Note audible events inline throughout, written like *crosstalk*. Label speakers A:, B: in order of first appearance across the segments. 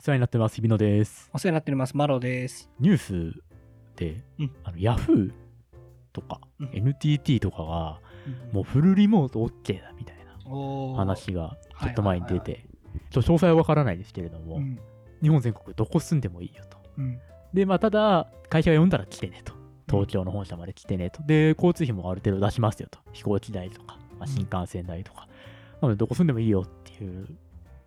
A: 世話になってます、日比野です。
B: お世話になっております。マロです。
A: ニュースで、
B: うん
A: あの Yahoo とか
B: うん
A: NTT とかが、もうフルリモート OK だみたいな
B: うん、おー。
A: 話がちょっと前に出
B: はいはい
A: て、ちょっと詳細はわからないですけれども、
B: うん。
A: 日本全国どこ住んでもいいよと。
B: うん。
A: で、まあ、ただ、会社が呼んだら来てねと。東京の本社まで来てねと。で、交通費もある程度出しますよと。飛行機代とか、まあ、新幹線代とか。なので、どこ住んでもいいよっていう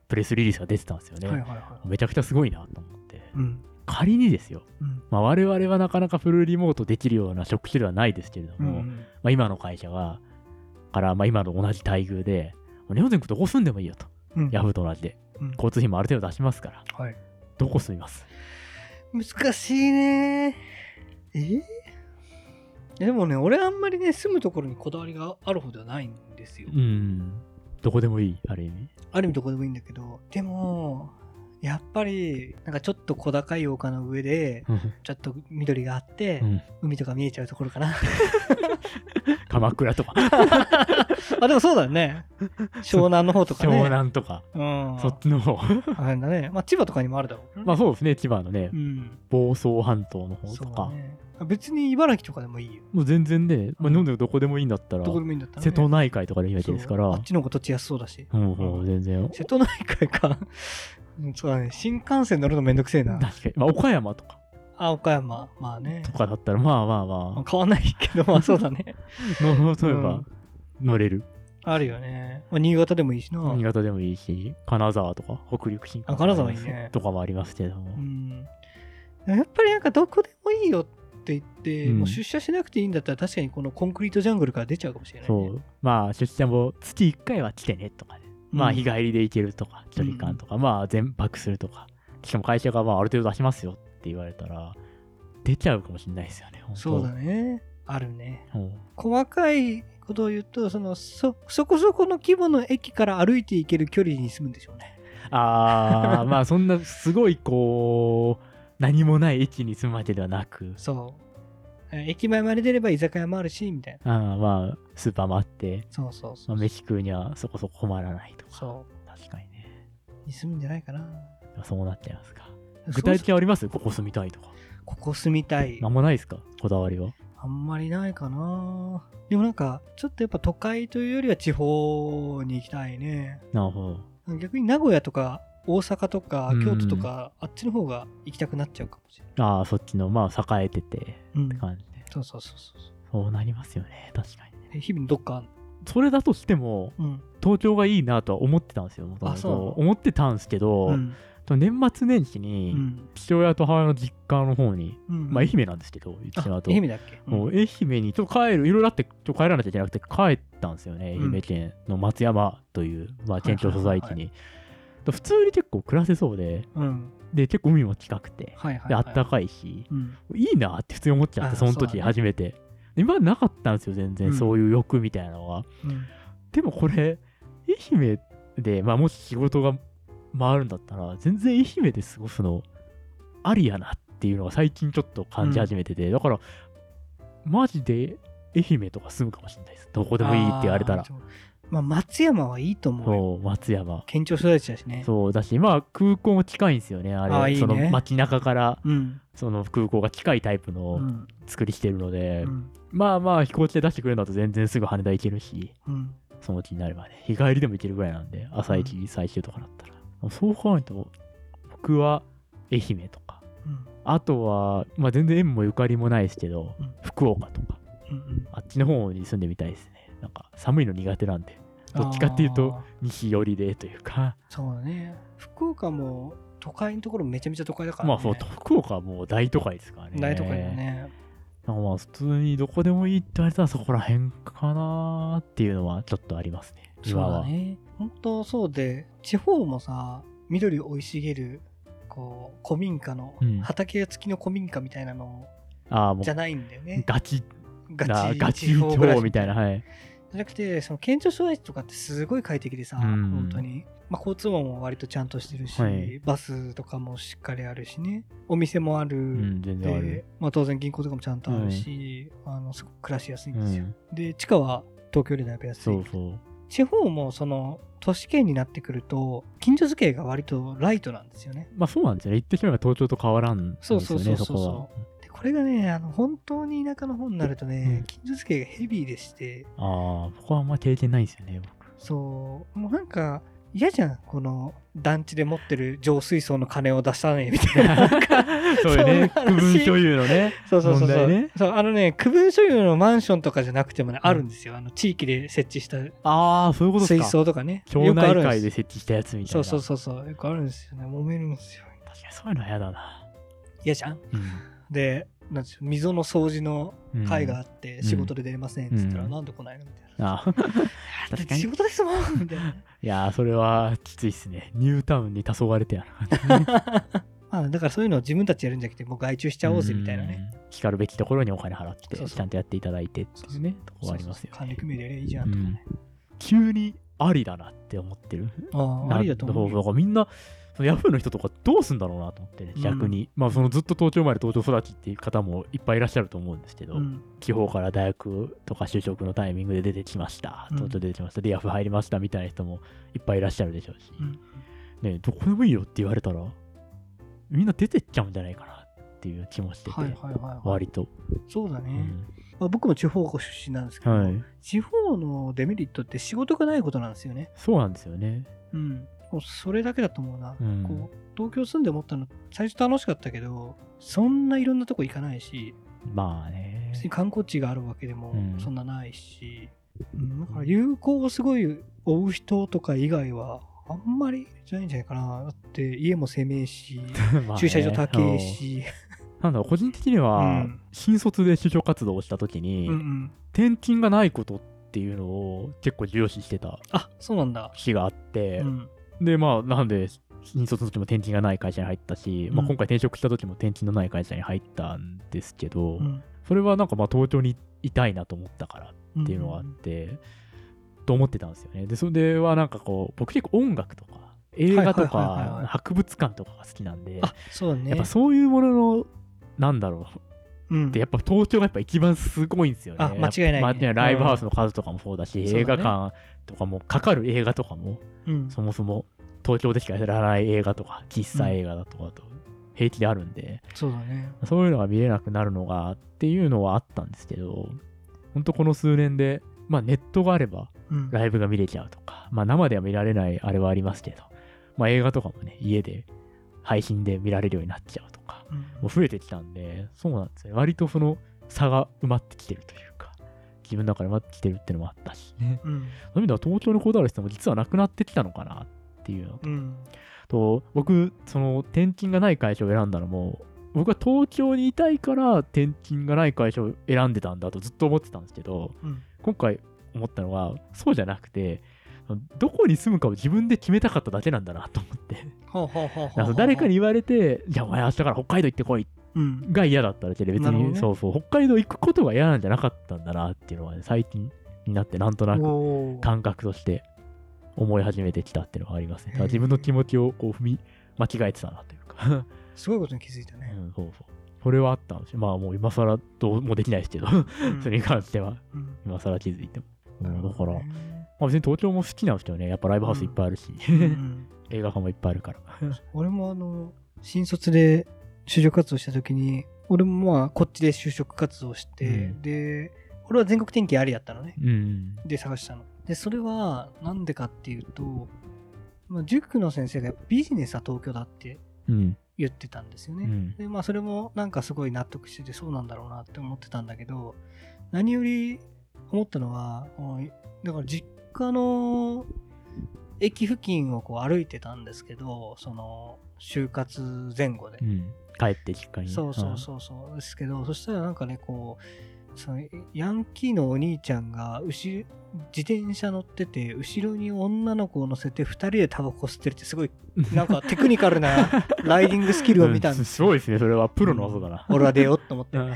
A: プレスリリースが出てたんですよね。
B: はいはいは
A: めちゃくちゃすごいなと思って。
B: い。うん。
A: 仮にですよ、
B: うん。
A: まあ、我々はなかなかフルリモートできるような職種ではないですけれど
B: う
A: も、
B: ん。
A: まあ、今の会社が、から、まあ、今の同じ待遇で、日本全国どこ住んでもいいよと。
B: うん。
A: ヤフーと同じで。
B: うん
A: 交通費もある程度出しますから、
B: はい。
A: どこ住みます
B: 難しいねえーでもね、俺あんまりね、住むところにこだわりがあるほどはないんですよ。
A: うん。どこでもいい、ある意味。
B: ある意味どこでもいいんだけど、でも、やっぱり、なんかちょっと小高い丘の上で、ちょっと緑があって、
A: うん
B: 海とか見えちゃうところかな。
A: 鎌倉とか、
B: あ、でもそうだよね。湘南の方 *laughs* とかね。
A: 湘南とか、
B: うん。
A: そっちの方。
B: あれだね。まあ、千葉とかにもあるだろうけどね。
A: まあそうですね、千葉のね
B: う、ん。
A: 房総半島の方
B: そ
A: と
B: う
A: か、
B: ね。別に茨城とかでもいいよ。
A: もう全然ね、まあ、
B: うん
A: 日本でもどこでもいいんだったら
B: ど、こでもいいんだったら、ね。
A: 瀬戸内海とかでいいわけですか
B: そうあ
A: ら
B: っ、ちの方が土地安そうだし。
A: うん、もう全然。
B: 瀬戸内海か。 *laughs* うんそうだね。新幹線乗るのめんどくせえな。
A: 確かに。まあ岡山とか、
B: あ、岡山。まあね
A: と。かだったら、まあまあま
B: 変わんないけど、まあそうだね。
A: あ、の例え
B: う
A: ば
B: ん
A: 乗れる。
B: あるよね。まあ、新潟でもいいしな。
A: 新潟でもいいし、金沢とか、北陸新幹線
B: あ金沢いいね
A: とかもありますけれども。
B: うん。やっぱりなんかどこでもいいよって言って、
A: うん
B: もう出社しなくていいんだったら確かにこのコンクリートジャングルから出ちゃうかもしれない、ね。
A: そう。まあ、出社も月1回は来てねとかね。まあ、
B: うん
A: 日帰りで行けるとか、距離感とか、まあ、全泊するとか。しかも会社がまあ、ある程度出しますよって言われたら、出ちゃうかもしれないですよね、本当
B: そうだね。あるね。
A: うん
B: 細かいことを言うと、そのそそこそこの規模の駅から歩いて行ける距離に住むんでしょうね。 *laughs*
A: ああ、まあ、そんな、すごい、こう、何もない駅に住むわけではなく、
B: そう。え駅前まで出れば居酒屋もあるし、みたいな。
A: あーまあ、スーパーもあって、
B: そうそうそ
A: まあ、
B: う。
A: 飯食うにはそこそこ困らないとか。
B: そ
A: 確かにね。
B: う。に住むんじゃないかな。
A: そうなっちゃいますか。具
B: 具
A: 体的にありますここ住みたいとか。
B: ここ住みたい。
A: なんもないですかこだわりは。
B: あんまりないかな。でもなんか、ちょっとやっぱ都会というよりは地方に行きたいね。
A: なるほど。
B: 逆に名古屋とか大阪とか
A: うん
B: 京都とか、あっちの方が行きたくなっちゃうかもしれない。
A: ああ、そっちの、まあ、栄えててって
B: うん、
A: 感じで。
B: そうそうそうそうそ
A: そうなりますよね、確かにね。
B: う。え日々のどっかあんの
A: それだとしても、
B: うん。
A: 東京がいいなとは思ってたんですよ、もとも
B: あそうなの
A: と。思ってたんですけど、
B: うん
A: と年末年始
B: う
A: に、
B: ん。
A: 父親と母親の実家の方に、
B: うん
A: まあ、愛媛なんですけど、
B: あ
A: 父親と。
B: 愛媛だっけ
A: も
B: う
A: うん愛媛にちょっと帰る、いろいろあって、ちょっと帰らなきゃいけなくて、帰ったんですよね、
B: うん
A: 愛媛県の松山という、まあ、県庁所在地
B: はいはい
A: に。と普通に結構暮らせそうで、
B: うん。
A: で、結構海も近くて、
B: はいはい、はい。
A: であったかいし、
B: うん。
A: いいなって普通に思っちゃって、
B: あ
A: その
B: そうだ
A: 時
B: ね
A: 初めて。今までなかったんですよ、全
B: う
A: 然、
B: ん
A: そういう欲みたいなのが。
B: うん。
A: でもこれ、愛媛で、まあ、もし仕事が回るんだったら、全然愛媛で過ごすの、ありやなっていうのが最近ちょっと感じ始めてて、だから、マジで愛媛とか住むかもしれないです。どこでもいいって言われた
B: あ
A: ら
B: ー。。まあ、松山はいいと思うよ。
A: そう、松山。
B: 県庁所在地だしね。
A: そうだし、まあ空港も近いんですよね、あれ。
B: あーいいね
A: その街中から、
B: うん。
A: その空港が近いタイプ
B: う
A: の
B: ん。
A: 作りしてるので、
B: うん。
A: まあまあ飛行機で出してくれるんだと全然すぐ羽田行けるし、
B: うん。
A: その気になればね、日帰りでも行けるぐらいなんで、朝一最終とかだったら。そう考えると、僕は愛媛とか、
B: うん。
A: あとは、まあ全然縁もゆかりもないですけど、
B: うん
A: 福岡とか、
B: うん。
A: あっちの方に住んでみたいですね。なんか寒いの苦手なんで、どっちかっていうと
B: あー
A: 西寄りでというか、
B: そうだね福岡も都会のところめちゃめちゃ都会だから、ね、
A: まあそう、福岡はもう大都会ですからね。
B: 大都会だね
A: なんかまあ普通にどこでもいいって言われたらそこら辺かなーっていうのはちょっとありますね。
B: そう
A: 今
B: だ
A: は。
B: ね本当そうで地方もさ緑生い茂るこう古民家の、
A: うん
B: 畑付きの古民家みたいなの
A: ああ、も
B: じゃ
A: う
B: ないんだよね
A: ガチ
B: ガ
A: な、
B: チ
A: ガチ地
B: 地方暮らし
A: 方みたいな、はい。
B: じゃなくてその県庁所在地とかってすごい快適でさ、
A: うん
B: 本当に、まあ、交通網も割とちゃんとしてるし、
A: はい
B: バスとかもしっかりあるしねお店もある、
A: うん、全然ある
B: で。、まあ、当然銀行とかもちゃんとあるし、あのすごく暮らしやすいん
A: う
B: ですよ、
A: ん、
B: で地下は東京よりだいぶ安
A: そ
B: いう
A: そう。
B: 地方もその都市圏になってくると近所付けが割とライトなんですよね。
A: まあそうなんですよね。言ってしまえば東京と変わらんんですよね、
B: そ
A: そう
B: そうそうそう
A: こ
B: でこれがねあの本当に田舎の方になるとね、
A: うん
B: 近所付けがヘビーでして
A: は。ああ、ここはあんま経験ないんですよね、僕。
B: そうもうなんか嫌じゃんこの団地で持ってる浄水槽の金を出したねみたいななんか
A: *laughs* そうよね、
B: *laughs* そん
A: 区
B: な話
A: 分所有のね。
B: そうそうそう
A: 問
B: そう,、
A: 題ね
B: そうあのね区分所有のマンションとかじゃなくてもね、あるんですよあの地域で設置した
A: ああ、そういうことです
B: 水
A: か。
B: 槽とかね
A: 町内
B: ん
A: 会
B: で
A: です設置したやつみたい
B: そ
A: な。
B: うそうそうそうよくあるんですよね揉めるんですよ
A: 確かにそういうのは嫌だ
B: *laughs*
A: な。
B: 嫌じゃんでなんでしょう溝の掃除の
A: うん
B: 会があって仕事で出れませんって言ったら、
A: うん
B: なんで来ないのみたいな、
A: あ
B: *laughs* だって
A: 確かに
B: 仕事ですもんみたい
A: *laughs*
B: な
A: いやーそれはきついっすね。ニュータウンに黄昏れてや
B: まあだからそういうのを自分たちやるんじゃなくてもう外注しちゃおうぜみたいなね。
A: うん。光るべきところにお金払って、
B: そうそう
A: ちゃんとやっていただいてっていうね、とこは
B: そうそ
A: あ
B: う
A: りますよ、ね。
B: 管理組合でやればいいじゃんとかね。
A: 急にありだなって思ってる。
B: ああ、ありだと思う
A: なん
B: よ。
A: かみんな、そのヤフーの人とかどうすんだろうなと思ってね、
B: うん
A: 逆に。まあ、そのずっと東京生まれ東京育ちっていう方もいっぱいいらっしゃると思うんですけど、
B: うん
A: 地方から大学とか就職のタイミングで出てきました、
B: うん
A: 東京出てきました、で、ヤフー入りましたみたいな人もいっぱいいらっしゃるでしょうし、
B: うん
A: ね、どこでもいいよって言われたら、みんな出てっちゃうんじゃないかなっていう気もしてて、
B: はいはいはいはい。
A: 割と。
B: そうだ
A: う
B: ね。
A: ん
B: まあ僕も地方ご出身なんですけど、
A: はい。
B: 地方のデメリットって仕事がないことなんですよね。
A: そうなんですよね。
B: うん。もうそれだけだと思うな。
A: うん
B: こう東京住んで思ったの最初楽しかったけど、そんないろんなとこ行かないし、
A: まあね。
B: 別に観光地があるわけでも
A: うん
B: そんなないし、うんだから流行をすごい追う人とか以外はあんまりじゃないんじゃないかなだって家も狭い *laughs* し
A: *laughs* まあね
B: 駐車場高い。し、
A: なんだろう個人的に
B: う
A: は
B: ん
A: 新卒で就職活動をした時に、
B: うんうん、
A: 転勤がないことっていうのを結構重要視してた
B: あそうなんだ、
A: 日があって
B: う、ん
A: でまあなんで新卒の時も転勤がない会社に入ったし、
B: うん
A: まあ、今回転職した時も転勤のない会社に入ったんですけど、
B: うん
A: それはなんかまあ東京にいたいなと思ったからっていうのがあって、と思ってたんですよねでそれはなんかこう僕結構音楽とか映画と
B: はいはいはいはいはい
A: か博物館とかが好きなんで、
B: あそうだね
A: やっぱそういうもののなんだろう
B: うん
A: でやっぱ東京がやっぱ一番すごいんですよね。
B: あ間違いないね
A: やっぱまあライブハウスの数とかもそうだし、
B: うん
A: 映画館とかもかかる映画とかも、
B: うん
A: そもそも東京でしかやらない映画とか、喫茶映画だとかと平気であるんで、
B: そうだね
A: そういうのが見れなくなるのがっていうのはあったんですけど、ほんとこの数年で、まあネットがあれば
B: うん
A: ライブが見れちゃうとか、まあ生では見られないあれはありますけど、まあ映画とかもね、家で配信で見られるようになっちゃうとか、
B: うん
A: もう増えてきたんで、そうなんですね。割とその差が埋まってきてるというか、自分の中で埋まってきてるってのもあったし、ね、
B: うん
A: そういう意味では東京にこだわる人も実はなくなってきたのかなっていうの
B: うん
A: と、僕、その転勤がない会社を選んだのも、僕は東京にいたいから転勤がない会社を選んでたんだとずっと思ってたんですけど、
B: うん
A: 今回思ったのは、そうじゃなくて、どこに住むかを自分で決めたかっただけなんだなと思って、
B: ほうほうほうほう
A: なん
B: ほ
A: か
B: う
A: 誰かに言われて、じゃあお前明日から北海道行ってこい
B: うん
A: が嫌だっただけで別
B: なるほど
A: に、
B: ね
A: そうそう北海道行くことが嫌なんじゃなかったんだなっていうのは、ね、最近になってなんとなく
B: おー
A: 感覚として思い始めてきたっていうのがありますね。だから
B: へー
A: 自分の気持ちをこう踏み間違えてたなという
B: *laughs*
A: か、
B: すごいことに気づいた
A: う
B: ね、
A: ん、そうそう。それはあったんですよ。まあもう今更どうもできないですけど、
B: うん
A: それに関しては
B: うん
A: 今更気づいても。うんだ
B: なるほ
A: か
B: ど
A: ら、
B: ね
A: まあ、別に東京も好きなんですけどね、やっぱライブハウスいっぱいあるし、 *laughs*
B: うんうん
A: 映画館もいっぱいあるから。
B: 俺もあの新卒で就職活動した時に俺もまあこっちで就職活動して、
A: うん
B: で俺は全国転勤ありだったのね
A: うん。
B: で探したのでそれはなんでかっていうと、まあ、塾の先生がやっぱビジネスは東京だって
A: うん。
B: 言ってたんですよ
A: う
B: ね、
A: ん。
B: でまあそれもなんかすごい納得しててそうなんだろうなって思ってたんだけど何より思ったのはこのだから実家の駅付近をこう歩いてたんですけどその就活前後で
A: う、ん。帰って実家に。
B: そうそうそうそうですけどそしたらなんかねこうそのヤンキーのお兄ちゃんが後自転車乗ってて後ろに女の子を乗せて2人でタバコ吸ってるってすごいなんかテクニカ
A: *laughs*
B: ルなライディングスキルを見たん
A: う
B: ですす
A: すごいですね、それはプロの技だな。
B: *laughs* 俺は出ようと思って。
A: う
B: こ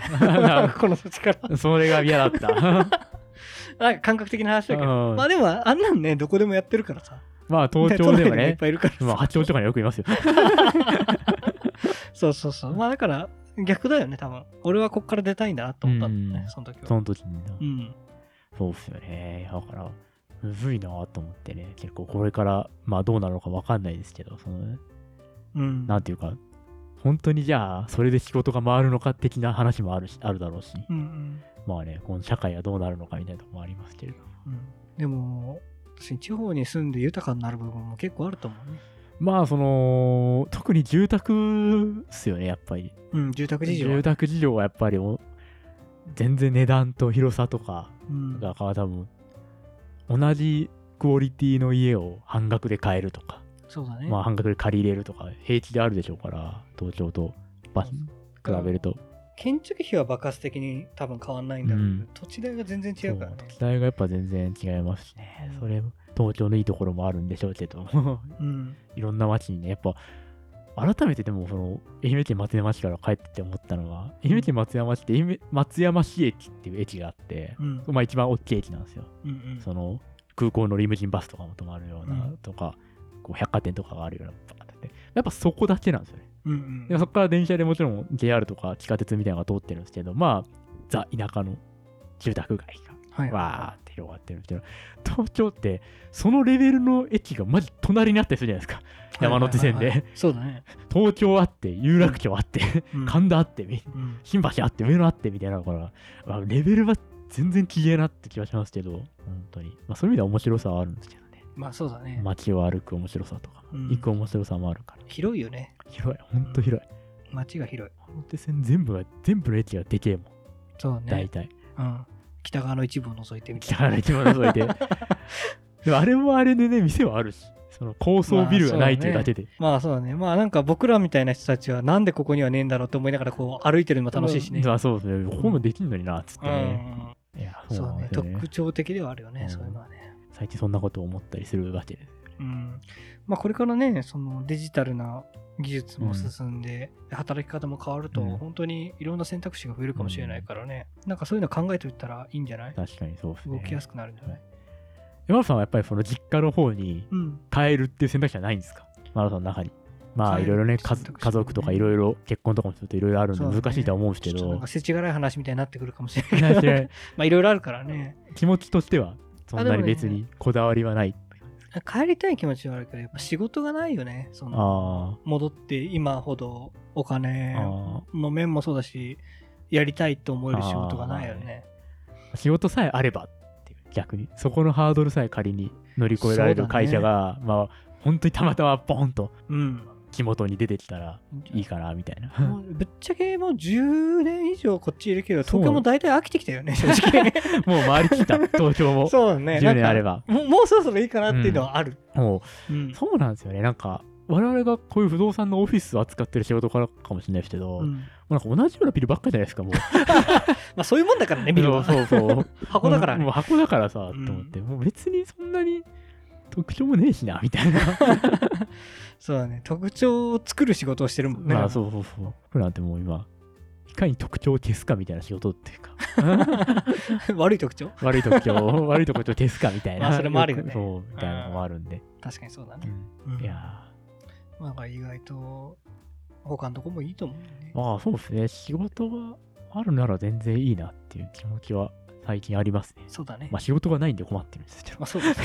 B: の土地から。
A: *laughs* んそれが嫌だった。
B: なんか感覚的な話だけど。
A: うん
B: まあでも、あんなんね、どこでもやってるからさ。
A: まあ、東京でも
B: 都内にいっ
A: ね、
B: ぱいいるからさ。
A: まあ、八王子とかによくいますよ。
B: そうそうそう。まあだから、逆だよね、多分。俺はこっから出たいんだなと思ったんだよね、
A: うん
B: *laughs* その時
A: そ
B: は。
A: の時にな
B: う。ん。
A: そうっすよね。だから、むずいなと思ってね、結構これから、まあどうなるのかわかんないですけど、そのね、
B: うん。
A: なんていうか、本当にじゃあ、それで仕事が回るのか的な話もあるし、あるだろうし、
B: うんうん
A: まあね、この社会はどうなるのかみたいなとこもありますけれど。
B: うん、でも、私地方に住んで豊かになる部分も結構あると思うね。
A: まあ、その、特に住宅っすよね、やっぱり。
B: うん、住宅事情は。
A: 住宅事情はやっぱりお、全然値段と広さとか
B: うん
A: が多分、同じクオリティの家を半額で買えるとか。
B: そうだね。
A: まあ、半額で借り入れるとか平気であるでしょうから東京とば比べると
B: 建築費は爆発的に多分変わんないんだけど、
A: うん
B: 土地代が全然違うからね。
A: 時代がやっぱ全然違いますしねそれ東京のいいところもあるんでしょうけど
B: うん。
A: *laughs* いろんな街にねやっぱ改めてでもその愛媛県松山市から帰ってて思ったのは愛媛県松山市って愛媛松山市駅っていう駅があって
B: うん。
A: まあ一番大きい駅なんですよ
B: うんうん
A: その空港のリムジンバスとかも止まるよう
B: う
A: なんとかこう百貨店とかがあるようなバーってやっぱそこだけなんですよね
B: うん
A: でそこから電車でもちろん JR とか地下鉄みたいなのが通ってるんですけど、まあ、ザ・田舎の住宅街
B: はい。
A: がわーって広がってるんですけど、東京ってそのレベルの駅がまじ隣にあったりするじゃないですか。山手線
B: はいはい
A: で
B: はい。そうだね。
A: 東京あって、有楽町あって、
B: うん
A: 神田あって、み
B: うん
A: 新橋あって、上野あってみたいなのから、まあレベルは全然きれいなって気がしますけど、本当に。まあ、そういう意味では面白さはあるんですけどね。
B: まあそうだね。
A: 街を歩く面白さとか、
B: うん
A: 行く面白さもあるから。
B: 広いよね。
A: 広い、ほんと広い。
B: 街が広い。
A: 山手線全部が全部の駅がでけえもん、
B: そう
A: 大
B: ね。
A: 体
B: うん。北側の一部を除いてみたい
A: 北から一番覗い
B: *laughs*
A: てでもあれもあれでね店はあるしその高層ビルがないというだけで、
B: な。まあそうだね。まあなんか僕らみたいな人たちはなんでここにはねえんだろうと思いながらこう歩いてるのも楽しいしね。
A: あそうですねここもできんのになっつって
B: う
A: ね、
B: ん。
A: いやそう
B: そう
A: なん
B: だね。
A: ですよね
B: 特徴的ではあるよ
A: う
B: ね
A: ん。
B: そういうのはね。
A: 最近そんなことを思ったりするわけです
B: うん。まあこれからね、そのデジタルな技術も進んで、働き方も変わると、
A: うん
B: 本当にいろんな選択肢が増えるかもしれないからね。なんかそういうの考えておいたらいいんじゃない
A: 確かにそうです
B: 動
A: ね
B: きやすくなるんじゃない
A: 山田さんはやっぱりその実家の方に
B: うん。
A: 帰るっていう選択肢はないんですかマラソンの中にまあ
B: 帰
A: いろい
B: る
A: ろね
B: っていう
A: 家
B: 選択肢はね
A: 家族とかいろいろ結婚とかもするといろいろあるん
B: そうだ
A: で
B: ね
A: 難しいとは思うんですけ
B: ちょっとなん
A: ど
B: か、世知辛い話みたいになってくるかもしれない
A: な
B: け
A: ん
B: ど、
A: か
B: *laughs* まあいろいろあるからね。
A: 気持ちとしてはそんなに別
B: あでも
A: にこだわりはない
B: 帰りたい気持ちはあるけど、やっぱ仕事がないよね。その
A: あ
B: 戻って今ほどお
A: ー
B: 金
A: あ
B: の面もそうだし、やりたいと思える仕事がないよね。
A: ー仕事さえあればっていう逆にそこのハードルさえ仮に乗り越えられ
B: そ
A: る
B: うだね
A: 会社が、まあ本当にたまたまボンと
B: うん。
A: 木元に出てきたらいいかなみたいな
B: もうぶっちゃけもう10年以上こっちいるけど、
A: そう
B: 東京も大体飽きてきたよね、正直。
A: *laughs* もう回りきった東京も
B: *laughs* そうだね。
A: 10年あれ
B: ば。
A: ば
B: もうもうそろそろいいかなっていうのはある。
A: も
B: うん
A: うそうなんですよねなんか我々がこういう不動産のオフィスを扱ってる仕事からかもしれないですけど、
B: う
A: も
B: ん
A: うなんか同じようなビルばっかじゃないですかもう
B: まあそういうもんだ *laughs* からね、ビルは。
A: そうそうそう
B: 箱だから
A: もうも
B: ね。
A: う箱だからさ、
B: うん
A: と思ってもう別にそんなに特徴もねえしなみた
B: *laughs*
A: いな
B: そうだね。特徴を作る仕事をしてるもんね。
A: まあそうそうそう僕なんてもう今いかに特徴を消すかみたいな仕事っていう
B: *laughs*
A: か
B: 悪い特徴
A: 悪い特徴を悪い特徴を消すかみたいな、
B: まあそれもあるよね
A: くそうみたいなのもあるんで、
B: 確かにそうだ
A: う
B: ね。
A: ん
B: うん
A: いや
B: なんか意外と他のとこもいいと思うね
A: ー。まあそうですね仕事があるなら全然いいなっていう気持ちは最近ありますね
B: そうだね。
A: まあ仕事がないんで困ってるんですけど
B: まあそうだね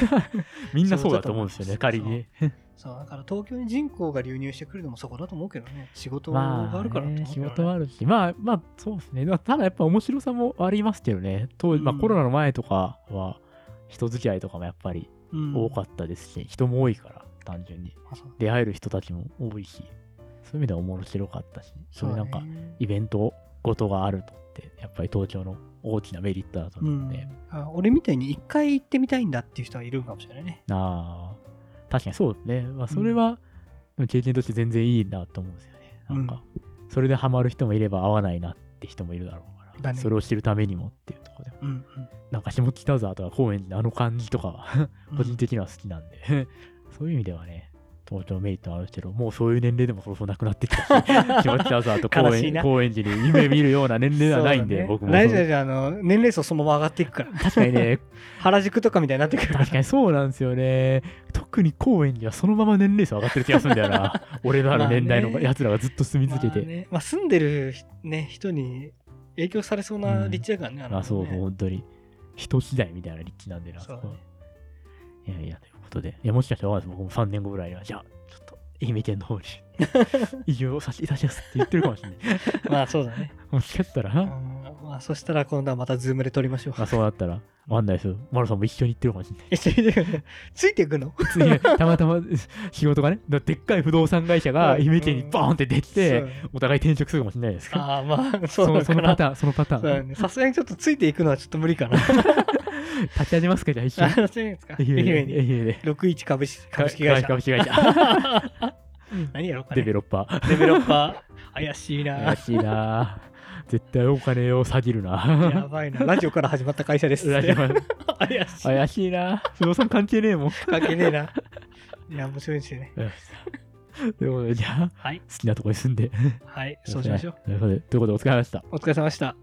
B: *laughs*
A: みんなそうだと思うんですよね
B: そうだと
A: 仮
B: 思い
A: に
B: ます
A: ね
B: そうだから東京に人口が流入してくるのもそこだと思うけどね。仕事
A: ま
B: が
A: あ
B: あるからって
A: ね
B: 思う
A: 仕
B: けどね
A: 事はあるし、まあまあそうですね。まあただやっぱ面白さもありますけどね。当時まあ
B: うん
A: コロナの前とかは人付き合いとかもやっぱり
B: うん
A: 多かったですし、人も多いから単純に。
B: あそう
A: 出会える人たちも多いし、そういう意味では面白かったし、そういうなんか
B: だね
A: イベントごとがあるとって、やっぱり東京の大きなメリットだと
B: う
A: 思うんで。
B: ん、あ俺みたいに一回行ってみたいんだっていう人はいるかもしれないね。
A: ああ、確かにそうですね。まあ、それは、でも経験として全然いいなと思うんですよね。なんか、それでハマる人もいれば合わないなって人もいるだろうから、
B: だね
A: それを知るためにもっていうところでも。
B: うん
A: なんか下北沢とか高円
B: *laughs*
A: 寺のあの感じとかは、
B: うん、
A: 個人的には好きなんで、 *laughs* そういう意味ではね、東京メリットはあるけど、もうそういう年齢でもそろそろなくなってきた
B: *laughs*
A: し、下北沢と高
B: 悲しい
A: 円
B: な
A: 高円寺に夢見るような年齢ではないん
B: そう
A: で、
B: だね
A: 僕も。
B: 大丈夫大丈夫あの年齢層そのまま上がっていく
A: *laughs*
B: から
A: 確かにね、
B: 原宿とかみたいになってくるから
A: 確かにそうなんですよね。特に高円寺はそのまま年齢層上がってる気がするんだよ *laughs* な。俺らの年代
B: まあ
A: の
B: ね
A: やつらがずっと住み続け
B: まあ
A: て。
B: ねまあ、住んでる、ね、人に影響されそうな立地だからね、あの
A: あ、そう、
B: ね
A: 本当に。人次第みたいな立地なんでな、
B: そう
A: そこ
B: だね
A: いやいや、ということで、いや、もしかしたらわかんないです。僕も3年後ぐらいには、じゃあ、ちょっと、愛媛県の *laughs* 方に移住を差し出しますって言ってるかもしれない。
B: まあそうだね。
A: *laughs* もしかしたら、
B: うんまあそしたら今度はまたズームで撮りましょう。
A: まあ、そうなったら、わかんないですよ。マロさんも一緒に行ってるかもしれない。
B: 一緒に行ってついていくの
A: い *laughs* やたまたま仕事がね、だでっかい不動産会社が
B: うん
A: 愛媛県にバーンって出て、
B: そう
A: お互い転職するかもしれないですから。
B: ああまあそ
A: そうの
B: だ
A: そ
B: か
A: のパ
B: な。
A: ターン、そのパタ
B: そうだ
A: ーン。
B: ねさすがにちょっとついていくのはちょっと無理かな。
A: 立ち上げますか、じゃあ一緒
B: あ
A: に。
B: そうですか。愛
A: 愛
B: 媛
A: 媛で。
B: に。
A: 愛媛で。
B: 61株式株式会社。
A: 株式会
B: *laughs*
A: 社。
B: 何やろうか
A: デ
B: ね。
A: ベロッパー。
B: デベロッパー。怪しいな
A: 怪。しいなぁ絶対お金を下げる
B: や
A: な
B: ばいな。ラジオから始まった会社です。
A: ぁラジオ
B: 怪しい。
A: 怪しいなぁ不動産関係ねえもん。
B: 関係ねえな。いや、面白いですよね。
A: ということで、じゃあ、
B: はい。
A: 好きなとこに住んで。
B: はい。そうしましょう。
A: ということで、ということでお疲れ様でした。
B: お疲れ様でした。